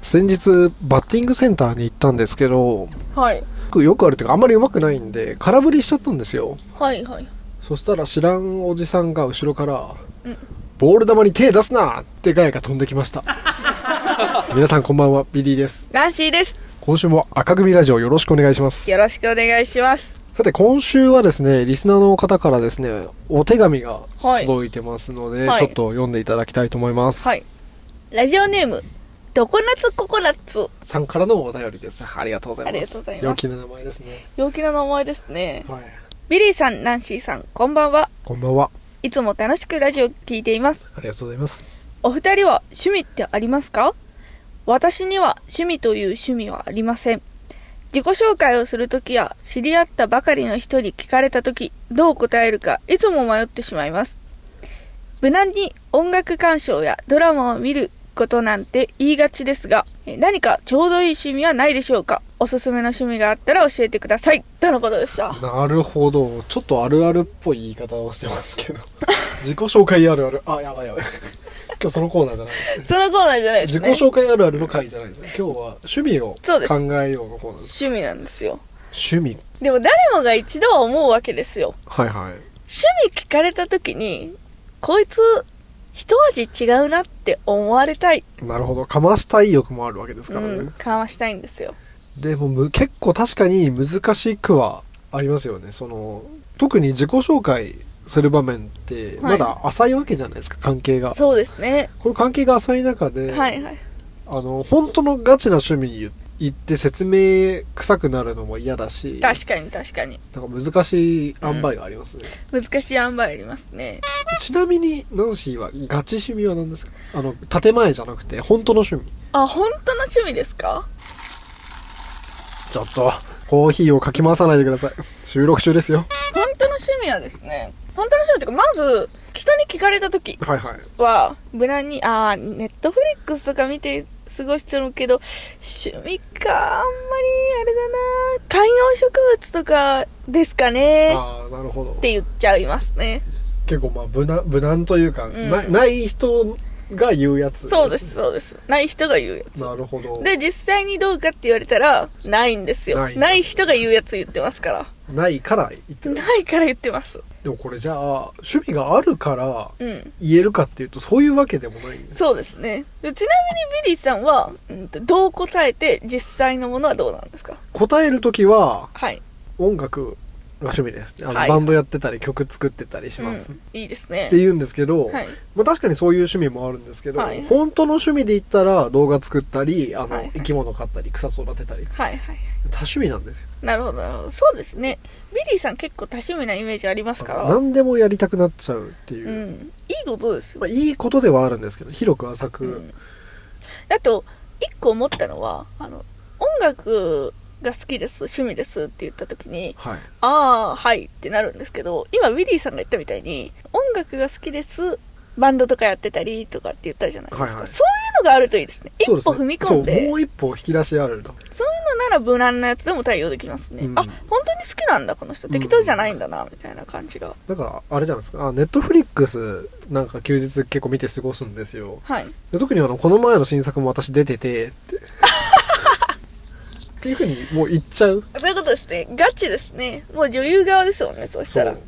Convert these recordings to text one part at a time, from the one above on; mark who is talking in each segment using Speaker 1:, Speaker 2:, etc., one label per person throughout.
Speaker 1: 先日バッティングセンターに行ったんですけど
Speaker 2: はい
Speaker 1: よくあるっていうかあんまり上手くないんで空振りしちゃったんですよ
Speaker 2: はいはい
Speaker 1: そしたら知らんおじさんが後ろから
Speaker 2: うん
Speaker 1: 「ボール球に手出すな!」ってガヤが飛んできました 皆さんこんばんはビリーです
Speaker 2: ナンシーです
Speaker 1: 今週も赤組ラジオよろしくお願いします
Speaker 2: よろしくお願いします
Speaker 1: さて今週はですねリスナーの方からですねお手紙が
Speaker 2: はい
Speaker 1: 届いてますので、
Speaker 2: はい
Speaker 1: ちょっと読んでいただきたいと思います、
Speaker 2: はいラジオネームドコナツココナッツ
Speaker 1: さんからのお便りですありがとうございます
Speaker 2: ありがとうございます
Speaker 1: 陽気な名前ですね
Speaker 2: 陽気な名前ですね
Speaker 1: はい
Speaker 2: ビリーさんナンシーさんこんばんは
Speaker 1: こんばんはい
Speaker 2: つも楽しくラジオ聞いています
Speaker 1: ありがとうございます
Speaker 2: お二人は趣味ってありますか私には趣味という趣味はありません自己紹介をするときや知り合ったばかりの人に聞かれたときどう答えるかいつも迷ってしまいます無難に音楽鑑賞やドラマを見ることなんて言いがちですがえ何かちょうどいい趣味はないでしょうかおすすめの趣味があったら教えてくださいとのことでした
Speaker 1: なるほどちょっとあるあるっぽい言い方をしてます けど自己紹介あるあるあやばいやばい今日そのコーナーじゃないですね
Speaker 2: そのコーナーじゃないです
Speaker 1: 自己
Speaker 2: ね
Speaker 1: 紹介あるあるの回じゃないですね今日は趣味を
Speaker 2: そうです
Speaker 1: 考えようのコーナーです
Speaker 2: 趣味なんですよ
Speaker 1: 趣味
Speaker 2: でも誰もが一度は思うわけですよ
Speaker 1: はいはい
Speaker 2: 趣味聞かれた時にこいつ一味違うなって思われたい、
Speaker 1: なるほどかましたい欲もあるわけです
Speaker 2: う
Speaker 1: からね、
Speaker 2: ん、かましたいんですよ
Speaker 1: でもむ結構確かに難しくはありますよねその特に自己紹介する場面って
Speaker 2: はい
Speaker 1: まだ浅いわけじゃないですか、関係が
Speaker 2: そうですね
Speaker 1: この関係が浅い中で、
Speaker 2: はいはい
Speaker 1: あの本当のガチな趣味に言って説明臭くなるのも嫌だしなんか
Speaker 2: 確かに確かに
Speaker 1: 難しい塩梅がありますね、
Speaker 2: 難しい塩梅ありますね
Speaker 1: ちなみにナンシーはガチ趣味は何ですかあの建前じゃなくて本当の趣味
Speaker 2: あ本当の趣味ですか
Speaker 1: ちょっとコーヒーをかき回さないでくださ い収録中ですよ
Speaker 2: 本当の趣味はですね本当の趣味っていうかまず人に聞かれた時
Speaker 1: はいはい
Speaker 2: は無難にああネットフリックスとか見て過ごしてるけど趣味かあんまりあれだな観葉植物とかですかね
Speaker 1: ああなるほど
Speaker 2: って言っちゃいますね
Speaker 1: 結構まあ無難無難というか、
Speaker 2: ん
Speaker 1: なない人が言うやつ、
Speaker 2: そうですそうですない人が言うやつ
Speaker 1: なるほど
Speaker 2: で実際にどうかって言われたらないんですよ
Speaker 1: な
Speaker 2: ないい
Speaker 1: んだ
Speaker 2: 人が言うやつ言ってますから
Speaker 1: ないから言ってる
Speaker 2: ないから言ってます
Speaker 1: でもこれじゃあ趣味があるから
Speaker 2: うん
Speaker 1: 言えるかっていうとそういうわけでもないんです
Speaker 2: そうですねでちなみにビリーさんは、うんと、どう答えて実際のものはどうなんですか
Speaker 1: 答える時は
Speaker 2: はい、
Speaker 1: 音楽が趣味ですあの、
Speaker 2: はい
Speaker 1: バンドやってたり曲作ってたりし
Speaker 2: うん
Speaker 1: ます、っ、
Speaker 2: いいですね
Speaker 1: て言うんですけど、
Speaker 2: はい
Speaker 1: まあ、確かにそういう趣味もあるんですけど、
Speaker 2: はい
Speaker 1: 本当の趣味で言ったら動画作ったりあの、
Speaker 2: はい
Speaker 1: 生き物飼ったり草育てたり
Speaker 2: はいはい
Speaker 1: 多趣味なんですよ
Speaker 2: なるほどなるほどそうですねビリーさん結構多趣味なイメージありますから
Speaker 1: 何でもやりたくなっちゃうっていう、
Speaker 2: うんいいことですよ
Speaker 1: まあ、いいことではあるんですけど広く浅く、
Speaker 2: うんあと一個思ったのはあの音楽が好きです趣味ですって言った時に
Speaker 1: はい
Speaker 2: ああはいってなるんですけど今ウィリーさんが言ったみたいに音楽が好きですバンドとかやってたりとかって言ったじゃないですか、
Speaker 1: はいはい
Speaker 2: そういうのがあるといいですね一
Speaker 1: そうです
Speaker 2: 歩
Speaker 1: ね
Speaker 2: 踏み込んでそう
Speaker 1: そうもう一歩引き出しあると
Speaker 2: いうのなら無難なやつでも対応できますね、
Speaker 1: うん
Speaker 2: あ本当に好きなんだこの人適当じゃないんだな、みたいな感じが
Speaker 1: だからあれじゃないですかネットフリックスなんか休日結構見て過ごすんですよ
Speaker 2: はい
Speaker 1: で特にあのこの前の新作も私出ててって っていうふうにもう言っちゃう
Speaker 2: そういうことですねガチですねもう女優側ですもんねそうし
Speaker 1: そ
Speaker 2: たら
Speaker 1: う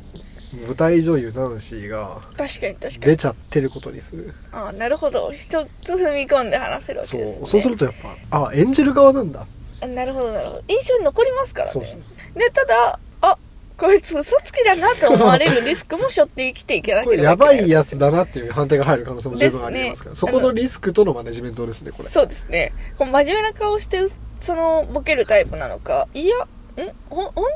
Speaker 1: 舞台女優ナンシーが
Speaker 2: 確かに確かに
Speaker 1: 出ちゃってることにする
Speaker 2: ああなるほど一つ踏み込んで話せるわけ
Speaker 1: そう
Speaker 2: ですね
Speaker 1: そうするとやっぱあ演じる側なんだ
Speaker 2: あなるほどなるほど印象に残りますからね
Speaker 1: そうそう
Speaker 2: でただあこいつ嘘つきだなと思われるリスクも背負って生きていけな
Speaker 1: こ
Speaker 2: け
Speaker 1: れ
Speaker 2: れば
Speaker 1: やばい
Speaker 2: けな
Speaker 1: やつだなっていう判定が入る可能性も十分ありますから
Speaker 2: です
Speaker 1: そ
Speaker 2: ね
Speaker 1: このリスクとのマネジメントですねこれ
Speaker 2: そうですねこう真面目な顔してうそのボケるタイプなのかいやんほん本当な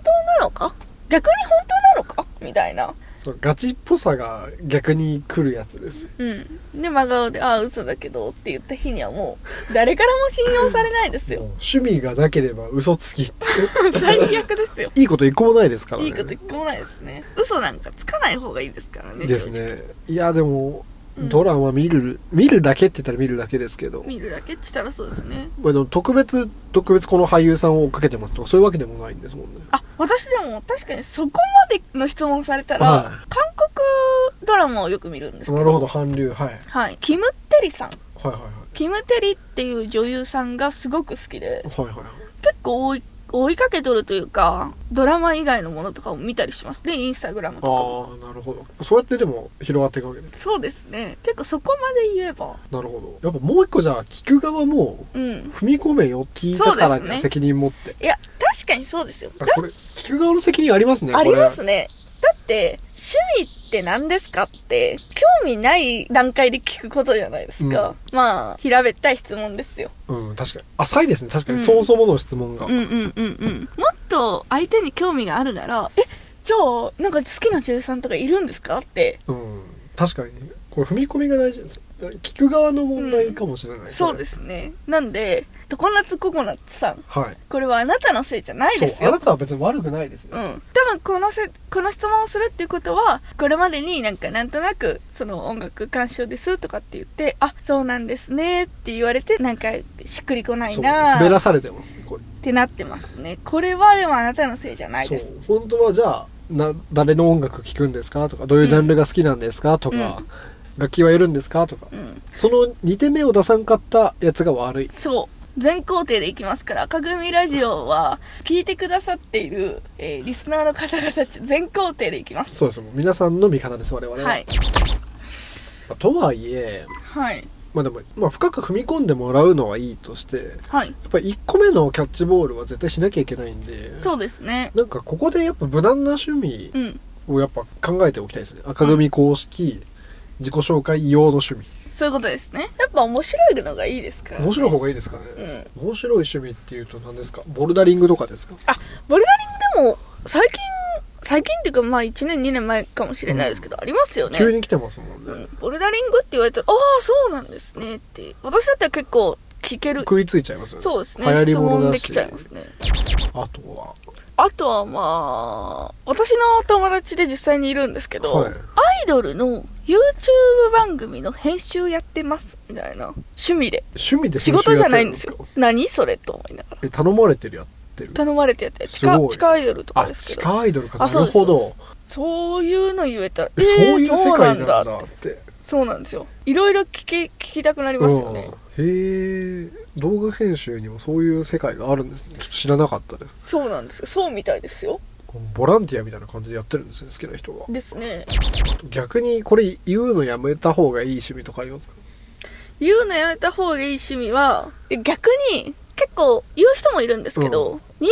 Speaker 2: のか逆に本当なのかみたいな
Speaker 1: そうガチっぽさが逆に来るやつです
Speaker 2: うんで真顔で「ああ嘘だけど」って言った日にはもう誰からも信用されないです
Speaker 1: もう
Speaker 2: よ
Speaker 1: 趣味がなければ嘘つきって
Speaker 2: 最悪ですよ
Speaker 1: いいこと一個もないですからね
Speaker 2: いいこと一個もないで すね嘘なんかつかない方がいいですからね
Speaker 1: です
Speaker 2: 正直
Speaker 1: ねいやでも、
Speaker 2: うん
Speaker 1: ドラマ見る見るだけって言ったら見るだけですけど、
Speaker 2: 見るだけってしたらそうですね
Speaker 1: まあ、でも特別特別この俳優さんを追っかけてますとかそういうわけでもないんですもんね
Speaker 2: あ私でも確かにそこまでの質問されたら、
Speaker 1: は
Speaker 2: 韓国ドラマをよく見るんですけど
Speaker 1: なるほど韓流はい
Speaker 2: はいキム・テリさん
Speaker 1: はいはいはい
Speaker 2: キム・テリっていう女優さんがすごく好きで
Speaker 1: はいはいはい
Speaker 2: 結構追い追いかけとるというかドラマ以外のものとかも見たりしますねインスタグラムとかも
Speaker 1: ああなるほどそうやってでも広がっていくわけです
Speaker 2: そうですね結構そこまで言えば
Speaker 1: なるほどやっぱもう一個じゃあ聞く側も
Speaker 2: う
Speaker 1: 踏
Speaker 2: ん
Speaker 1: み込めよ聞いたか
Speaker 2: そ
Speaker 1: ら
Speaker 2: うですね
Speaker 1: 責任持って、
Speaker 2: いや確かにそうですよ
Speaker 1: あそれ聞く側の責任ありますね
Speaker 2: あります
Speaker 1: ね
Speaker 2: ね。だって、趣味って何ですかって、興味ない段階で聞くことじゃないですか。まあ、平べったい質問ですよ。
Speaker 1: うん確かに浅いですね確かに、
Speaker 2: うん
Speaker 1: そもそもの質問が、
Speaker 2: うんうんうんうん。もっと相手に興味があるなら、え、じゃあ、なんか好きな女優さんとかいるんですかって。
Speaker 1: うん、確かにこれ踏み込みが大事です聞く側の問題かもしれない、
Speaker 2: そうですすね。なんで、常夏ココナッツさん、
Speaker 1: はい
Speaker 2: これはあなたのせいじゃないです
Speaker 1: そうあ
Speaker 2: よ
Speaker 1: な。たは別に悪くないですよ、
Speaker 2: うん、多分このせこの質問をするっていうことはこれまでになんかなんとなくその音楽鑑賞ですとかって言ってあそうなんですねって言われてなんかしっくりこない
Speaker 1: そう
Speaker 2: な
Speaker 1: 滑ら
Speaker 2: ーっ
Speaker 1: されてますねこれ
Speaker 2: てなってますねこれはでもあなたのせいじゃないです
Speaker 1: そう本当はじゃあな誰の音楽聴くんですかとかどういうジャンルが好きなんですか、とか、
Speaker 2: う
Speaker 1: 楽器はいるんですかとか、
Speaker 2: うん
Speaker 1: その2手目を出さんかったやつが悪い
Speaker 2: そう全工程でいきますから赤組ラジオは聞いてくださっている、えーリスナーの方々全工程でいきます
Speaker 1: そうですもう皆さんの味方です我々は、
Speaker 2: はい
Speaker 1: とはいえ
Speaker 2: はい
Speaker 1: まあでも、まあ、深く踏み込んでもらうのはいいとしてや
Speaker 2: はい
Speaker 1: っぱり1個目のキャッチボールは絶対しなきゃいけないんで
Speaker 2: そうですね
Speaker 1: なんかここでやっぱ無難な趣味
Speaker 2: うん
Speaker 1: をやっぱ考えておきたいですね。赤組公式、自己紹介用の趣味。
Speaker 2: そういうことですねやっぱ面白いのがいいですから、
Speaker 1: 面白い方がいいですか
Speaker 2: う
Speaker 1: ね。
Speaker 2: ん
Speaker 1: 面白い趣味っていうと何ですかボルダリングとかですか
Speaker 2: あ、ボルダリングでも、最近、最近っていうか、まあ1年2年前かもしれないですけど、ありますよね。
Speaker 1: 急に来てますもん
Speaker 2: う
Speaker 1: ね。
Speaker 2: んボルダリングって言われたら、ああ、そうなんですねって。私だったら結構聞ける。
Speaker 1: 食いついちゃいますよね。
Speaker 2: そうですね
Speaker 1: 流。行り
Speaker 2: 質問
Speaker 1: 物だ
Speaker 2: で
Speaker 1: し。
Speaker 2: きちゃいますね。
Speaker 1: あとは、
Speaker 2: あとはまあ、私の友達で実際にいるんですけど、
Speaker 1: はい
Speaker 2: アイドルの YouTube 番組の編集やってますみたいな。趣味で。
Speaker 1: 趣味で
Speaker 2: 仕
Speaker 1: 編集
Speaker 2: 事じ
Speaker 1: やっ
Speaker 2: ゃ
Speaker 1: て
Speaker 2: ない
Speaker 1: る
Speaker 2: んですよ。何それと思いながら。
Speaker 1: え、頼まれてるやってる。
Speaker 2: 頼まれてやって、地
Speaker 1: す
Speaker 2: 下、
Speaker 1: ごい
Speaker 2: 地下アイドルとか
Speaker 1: あ、
Speaker 2: です
Speaker 1: 地
Speaker 2: けど。
Speaker 1: 下アイドルか。な
Speaker 2: あそう
Speaker 1: る
Speaker 2: です
Speaker 1: ほ
Speaker 2: そう
Speaker 1: ど。
Speaker 2: そういうの言えたら、
Speaker 1: えそう
Speaker 2: え
Speaker 1: い
Speaker 2: ー
Speaker 1: う世界なんだって。
Speaker 2: そうなんですよ。いろいろ聞き、聞きたくなりますよね。
Speaker 1: うんへえ。動画編集にもそういう世界があるんですね。ちょっと知らなかったです。
Speaker 2: そうなんですよ。そうみたいですよ。
Speaker 1: ボランティアみたいな感じでやってるんですね、好きな人が。
Speaker 2: ですね。
Speaker 1: 逆にこれ言うのやめた方がいい趣味とかありますか
Speaker 2: 言うのやめた方がいい趣味は、逆に、結構言う人もいるんですけど、
Speaker 1: う
Speaker 2: 人間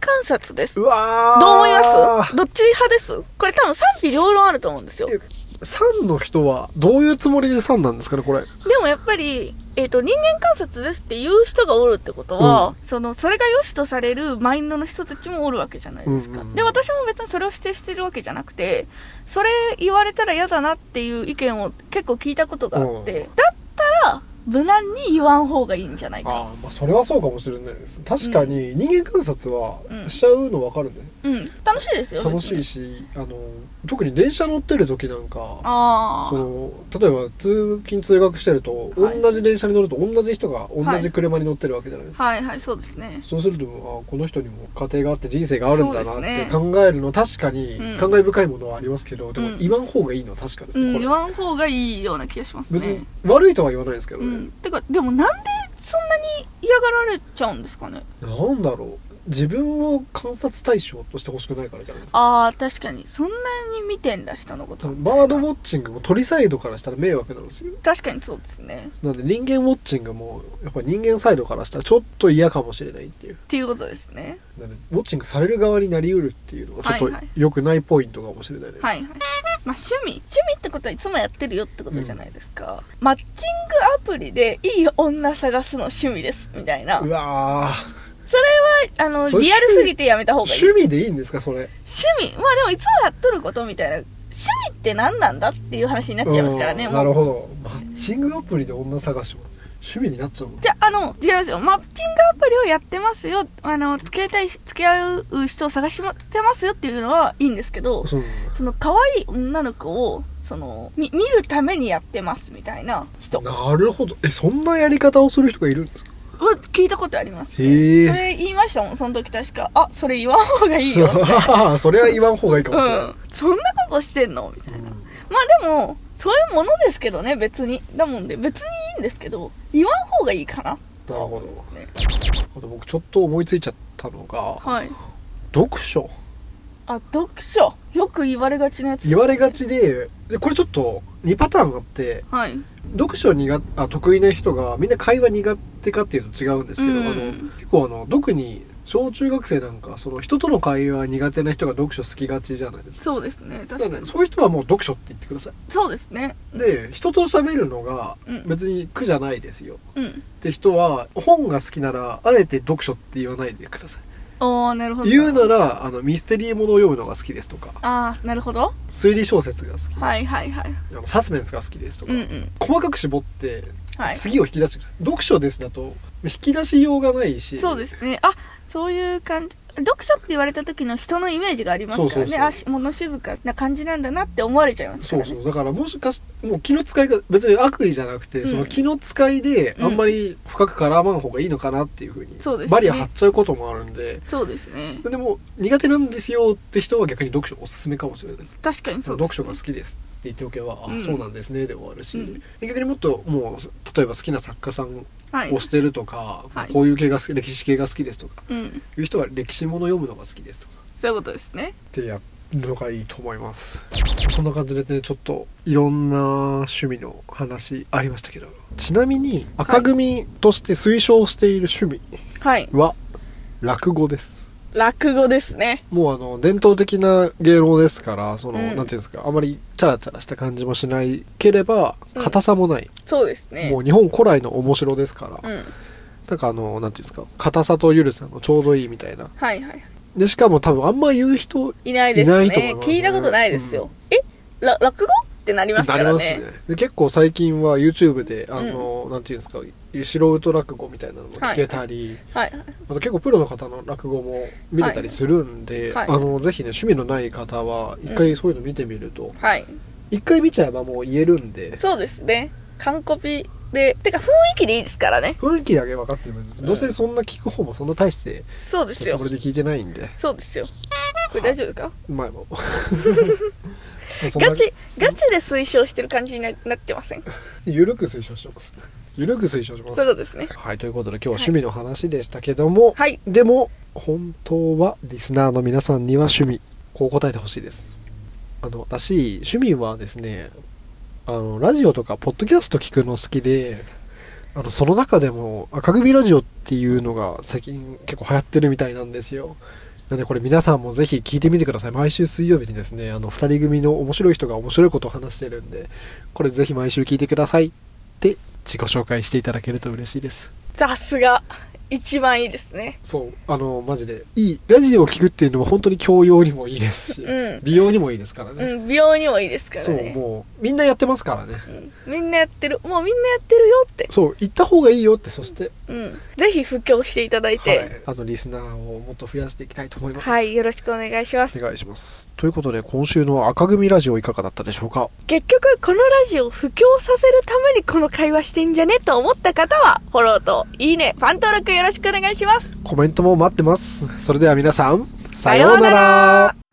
Speaker 2: 観察です。
Speaker 1: う
Speaker 2: どう
Speaker 1: わー
Speaker 2: 思いますどっち派ですこれ多分賛否両論あると思うんですよ。で
Speaker 1: サンの人はどういうつもりでサンなんですかねこれ
Speaker 2: もやっぱり、えっ、と、人間観察ですって言う人がおるってことは、その、それが良しとされるマインドの人たちもおるわけじゃないですか。
Speaker 1: うんうんうん
Speaker 2: で、私も別にそれを否定してるわけじゃなくて、それ言われたら嫌だなっていう意見を結構聞いたことがあって、
Speaker 1: う
Speaker 2: だったら、無難に言わん方がいいんじゃないか。
Speaker 1: ああまあそれはそうかもしれないです確かに人間観察は
Speaker 2: うん
Speaker 1: しちゃうの分かるね、
Speaker 2: うん。楽しいですよ、
Speaker 1: 楽しい
Speaker 2: し。
Speaker 1: しあの特に電車乗ってる時なんか
Speaker 2: あ
Speaker 1: そ
Speaker 2: あ。
Speaker 1: の例えば通勤通学してると
Speaker 2: はい
Speaker 1: 同じ電車に乗ると同じ人が同
Speaker 2: は
Speaker 1: じ
Speaker 2: い
Speaker 1: 車に乗ってるわけじゃないですか、
Speaker 2: はいはい、そうですね。
Speaker 1: そうするとあこの人にも家庭があって人生があるんだな
Speaker 2: そう
Speaker 1: っ
Speaker 2: で
Speaker 1: て
Speaker 2: すね
Speaker 1: 考えるのは確かに
Speaker 2: うん
Speaker 1: 感慨深いものはありますけど、で
Speaker 2: う
Speaker 1: も
Speaker 2: ん
Speaker 1: 言わん方がいいのは確かです
Speaker 2: う
Speaker 1: ね、
Speaker 2: ん、
Speaker 1: これ
Speaker 2: 言わん方がいいような気がします
Speaker 1: 別に
Speaker 2: ね。
Speaker 1: 悪いとは言わないですけど
Speaker 2: う
Speaker 1: ね、
Speaker 2: ん。てか、でもなんでそんなに嫌がられちゃうんですかね。
Speaker 1: なんだろう自分を観察対象としてほしくないからじゃないですか
Speaker 2: ああ、確かに。そんなに見てんだ、人のこ
Speaker 1: 多
Speaker 2: と。
Speaker 1: 分バードウォッチングも鳥サイドからしたら迷惑なんですよ
Speaker 2: 確かにそうですね。
Speaker 1: なんで人間ウォッチングもやっぱり人間サイドからしたらちょっと嫌かもしれないっていう
Speaker 2: っていうことですね。
Speaker 1: なんでウォッチングされる側になりうるっていうのはちょっ
Speaker 2: は
Speaker 1: と
Speaker 2: いはい
Speaker 1: 良くないポイントかもしれないです、
Speaker 2: はいはい。まあ趣味。趣味ってことはいつもやってるよってことじゃないですか。マッチングアプリでいい女探すの趣味です、みたいな。そうれ
Speaker 1: わー
Speaker 2: は、あの、
Speaker 1: それ
Speaker 2: リアルすぎてやめた方がいい。
Speaker 1: 趣
Speaker 2: 趣
Speaker 1: 味でいいんですかそれ
Speaker 2: 味。まあでもいつもやっとることみたいな。趣味って何なんだっていう話になっちゃいますからね、
Speaker 1: うんなる
Speaker 2: もう。
Speaker 1: ほどマッチングアプリで女探しも趣味になっちゃうの
Speaker 2: じゃあ、あの、違いますよ。マッチングアプリをやってますよ。あの、付き合いたい、付き合う人を探してますよっていうのはいいんですけど、
Speaker 1: そう
Speaker 2: その可愛い女の子をそのみ見るためにやってますみたいな人は
Speaker 1: なるほどえそんなやり方をする人がいるんですか
Speaker 2: 聞いたことあります、
Speaker 1: へえ
Speaker 2: それ言いましたもんその時確かあそれ言わん方がいいよ
Speaker 1: それは言わん方がいいか
Speaker 2: う
Speaker 1: もしれない、
Speaker 2: んそんなことしてんのみたいな
Speaker 1: うん
Speaker 2: まあでもそういうものですけどね別にだもんで別にいいいんですけど言わん方がいいかな
Speaker 1: なるほど
Speaker 2: ね
Speaker 1: あと僕ちょっと思いついちゃったのが
Speaker 2: はい
Speaker 1: 読書
Speaker 2: あ読書よく言われがちなやつです
Speaker 1: 言われがちででこれちょっと2パターンあって
Speaker 2: はい
Speaker 1: 読書苦あ得意な人がみんな会話苦手かっていうと違うんですけど、
Speaker 2: うん
Speaker 1: あの結構あの特に小中学生なんかその人との会話苦手な人が読書好きがちじゃないですか
Speaker 2: そうですね
Speaker 1: な
Speaker 2: 確か
Speaker 1: ので
Speaker 2: に
Speaker 1: そういう人はもう読書って言ってくださ
Speaker 2: そうですね
Speaker 1: いで人と喋るのが
Speaker 2: うん
Speaker 1: 別に苦じゃないですよ
Speaker 2: うん
Speaker 1: って人は本が好きならあえて読書って言わないでください
Speaker 2: ああなるほど
Speaker 1: 言うならあのミステリーものを読むのが好きですとか
Speaker 2: ああなるほど
Speaker 1: 推理小説が好きです、
Speaker 2: はいはいはい
Speaker 1: あのサスペンスが好きですとか、
Speaker 2: うんうん
Speaker 1: 細かく絞って
Speaker 2: はい
Speaker 1: 次を引き出してください読書ですだと引き出しようがないし
Speaker 2: そうですねあそういう感じ読書って言われた時の人のイメージがありますからね
Speaker 1: そうそうそう
Speaker 2: あし物静かな感じなんだなって思われちゃいますか
Speaker 1: そ
Speaker 2: ら
Speaker 1: う
Speaker 2: ね
Speaker 1: そうだからもしかしもう気の使いが別に悪意じゃなくて、
Speaker 2: うん
Speaker 1: その気の使いで
Speaker 2: うん
Speaker 1: あんまり深く絡まん方がいいのかなっていうふうに、
Speaker 2: そうですね
Speaker 1: バリア張っちゃうこともあるんで
Speaker 2: そうですね
Speaker 1: でも苦手なんですよって人は逆に読書おすすめかもしれないです
Speaker 2: 確かにそうです、
Speaker 1: 読
Speaker 2: ね、
Speaker 1: 書が好きですって言っておけば、あ
Speaker 2: うん
Speaker 1: そうなんですねで終わるし、
Speaker 2: うん
Speaker 1: 逆にもっともう例えば好きな作家さん
Speaker 2: はい
Speaker 1: をしてるとか、
Speaker 2: はい
Speaker 1: こういう系が好き歴史系が好きですとか
Speaker 2: うん
Speaker 1: いう人は歴史もの読むのが好きですとか
Speaker 2: そういうことですね
Speaker 1: ってやるのがいいと思いますそんな感じでねちょっといろんな趣味の話ありましたけどちなみに赤組として推奨している趣味
Speaker 2: はい
Speaker 1: は落語です
Speaker 2: 落語ですね
Speaker 1: もうあの伝統的な芸能ですからその、
Speaker 2: うん
Speaker 1: なんていうんですかあまりチャラチャラした感じもしないければ
Speaker 2: うん
Speaker 1: 硬さもない、
Speaker 2: そうですね
Speaker 1: もう日本古来の面白ですから、
Speaker 2: うん
Speaker 1: なんかあのなんていうんですか硬さと緩さのちょうどいいみたいな
Speaker 2: はいはい
Speaker 1: でしかも多分あんま言う人
Speaker 2: いないですね
Speaker 1: いないと思いますね
Speaker 2: 聞いたことないですよ、えら落語ってなりますからね
Speaker 1: で結構最近は YouTube であの、なんていうんですか素人落語みたいなのも聞けたり、
Speaker 2: はい
Speaker 1: あと結構プロの方の落語も見れたりするんで、
Speaker 2: はい
Speaker 1: あのぜひね趣味のない方は一回そういうの見てみると
Speaker 2: はい
Speaker 1: 一、回見ちゃえばもう言えるんで
Speaker 2: そうですね完コピでてか雰囲気でいいですからね
Speaker 1: 雰囲気だけ分かってるんです、どうせそんな聞く方もそんな大して
Speaker 2: そうですよ
Speaker 1: それで聞いてないんで
Speaker 2: そうですよこれ大丈夫ですか
Speaker 1: 前 もそんな
Speaker 2: ガチガチで推奨してる感じにななってません
Speaker 1: 緩く推奨してます緩く推奨します
Speaker 2: そういうことですね
Speaker 1: はい、ということで今日は趣味の話でしたけども、
Speaker 2: はい
Speaker 1: でも本当はリスナーの皆さんには趣味こう答えてほしいですあの私趣味はですねあのラジオとかポッドキャスト聞くの好きであのその中でも赤組ラジオっていうのが最近結構流行ってるみたいなんですよなのでこれ皆さんもぜひ聞いてみてください毎週水曜日にですねあの2人組の面白い人が面白いことを話してるんでこれぜひ毎週聞いてくださいって自己紹介していただけると嬉しいです
Speaker 2: 雑が一番いいですね
Speaker 1: そうあのマジでいいラジオを聞くっていうのは本当に教養にもいいですし、
Speaker 2: うん
Speaker 1: 美容にもいいですからね、
Speaker 2: うん美容にもいいですから
Speaker 1: そう
Speaker 2: ね
Speaker 1: もうみんなやってますからね、
Speaker 2: うんみんなやってるもうみんなやってるよって
Speaker 1: そう行った方がいいよってそして、
Speaker 2: うんぜひ布教していただい
Speaker 1: はい
Speaker 2: て、
Speaker 1: あのリスナーをもっと増やしていきたいと思います、
Speaker 2: はいよろしくお願いします
Speaker 1: お願いしますということで今週の赤組ラジオいかがだったでしょうか
Speaker 2: 結局このラジオを布教させるためにこの会話してんじゃねと思った方はフォローといいねファン登録よろしくお願いします
Speaker 1: コメントも待ってますそれでは皆さんさ
Speaker 2: さようなら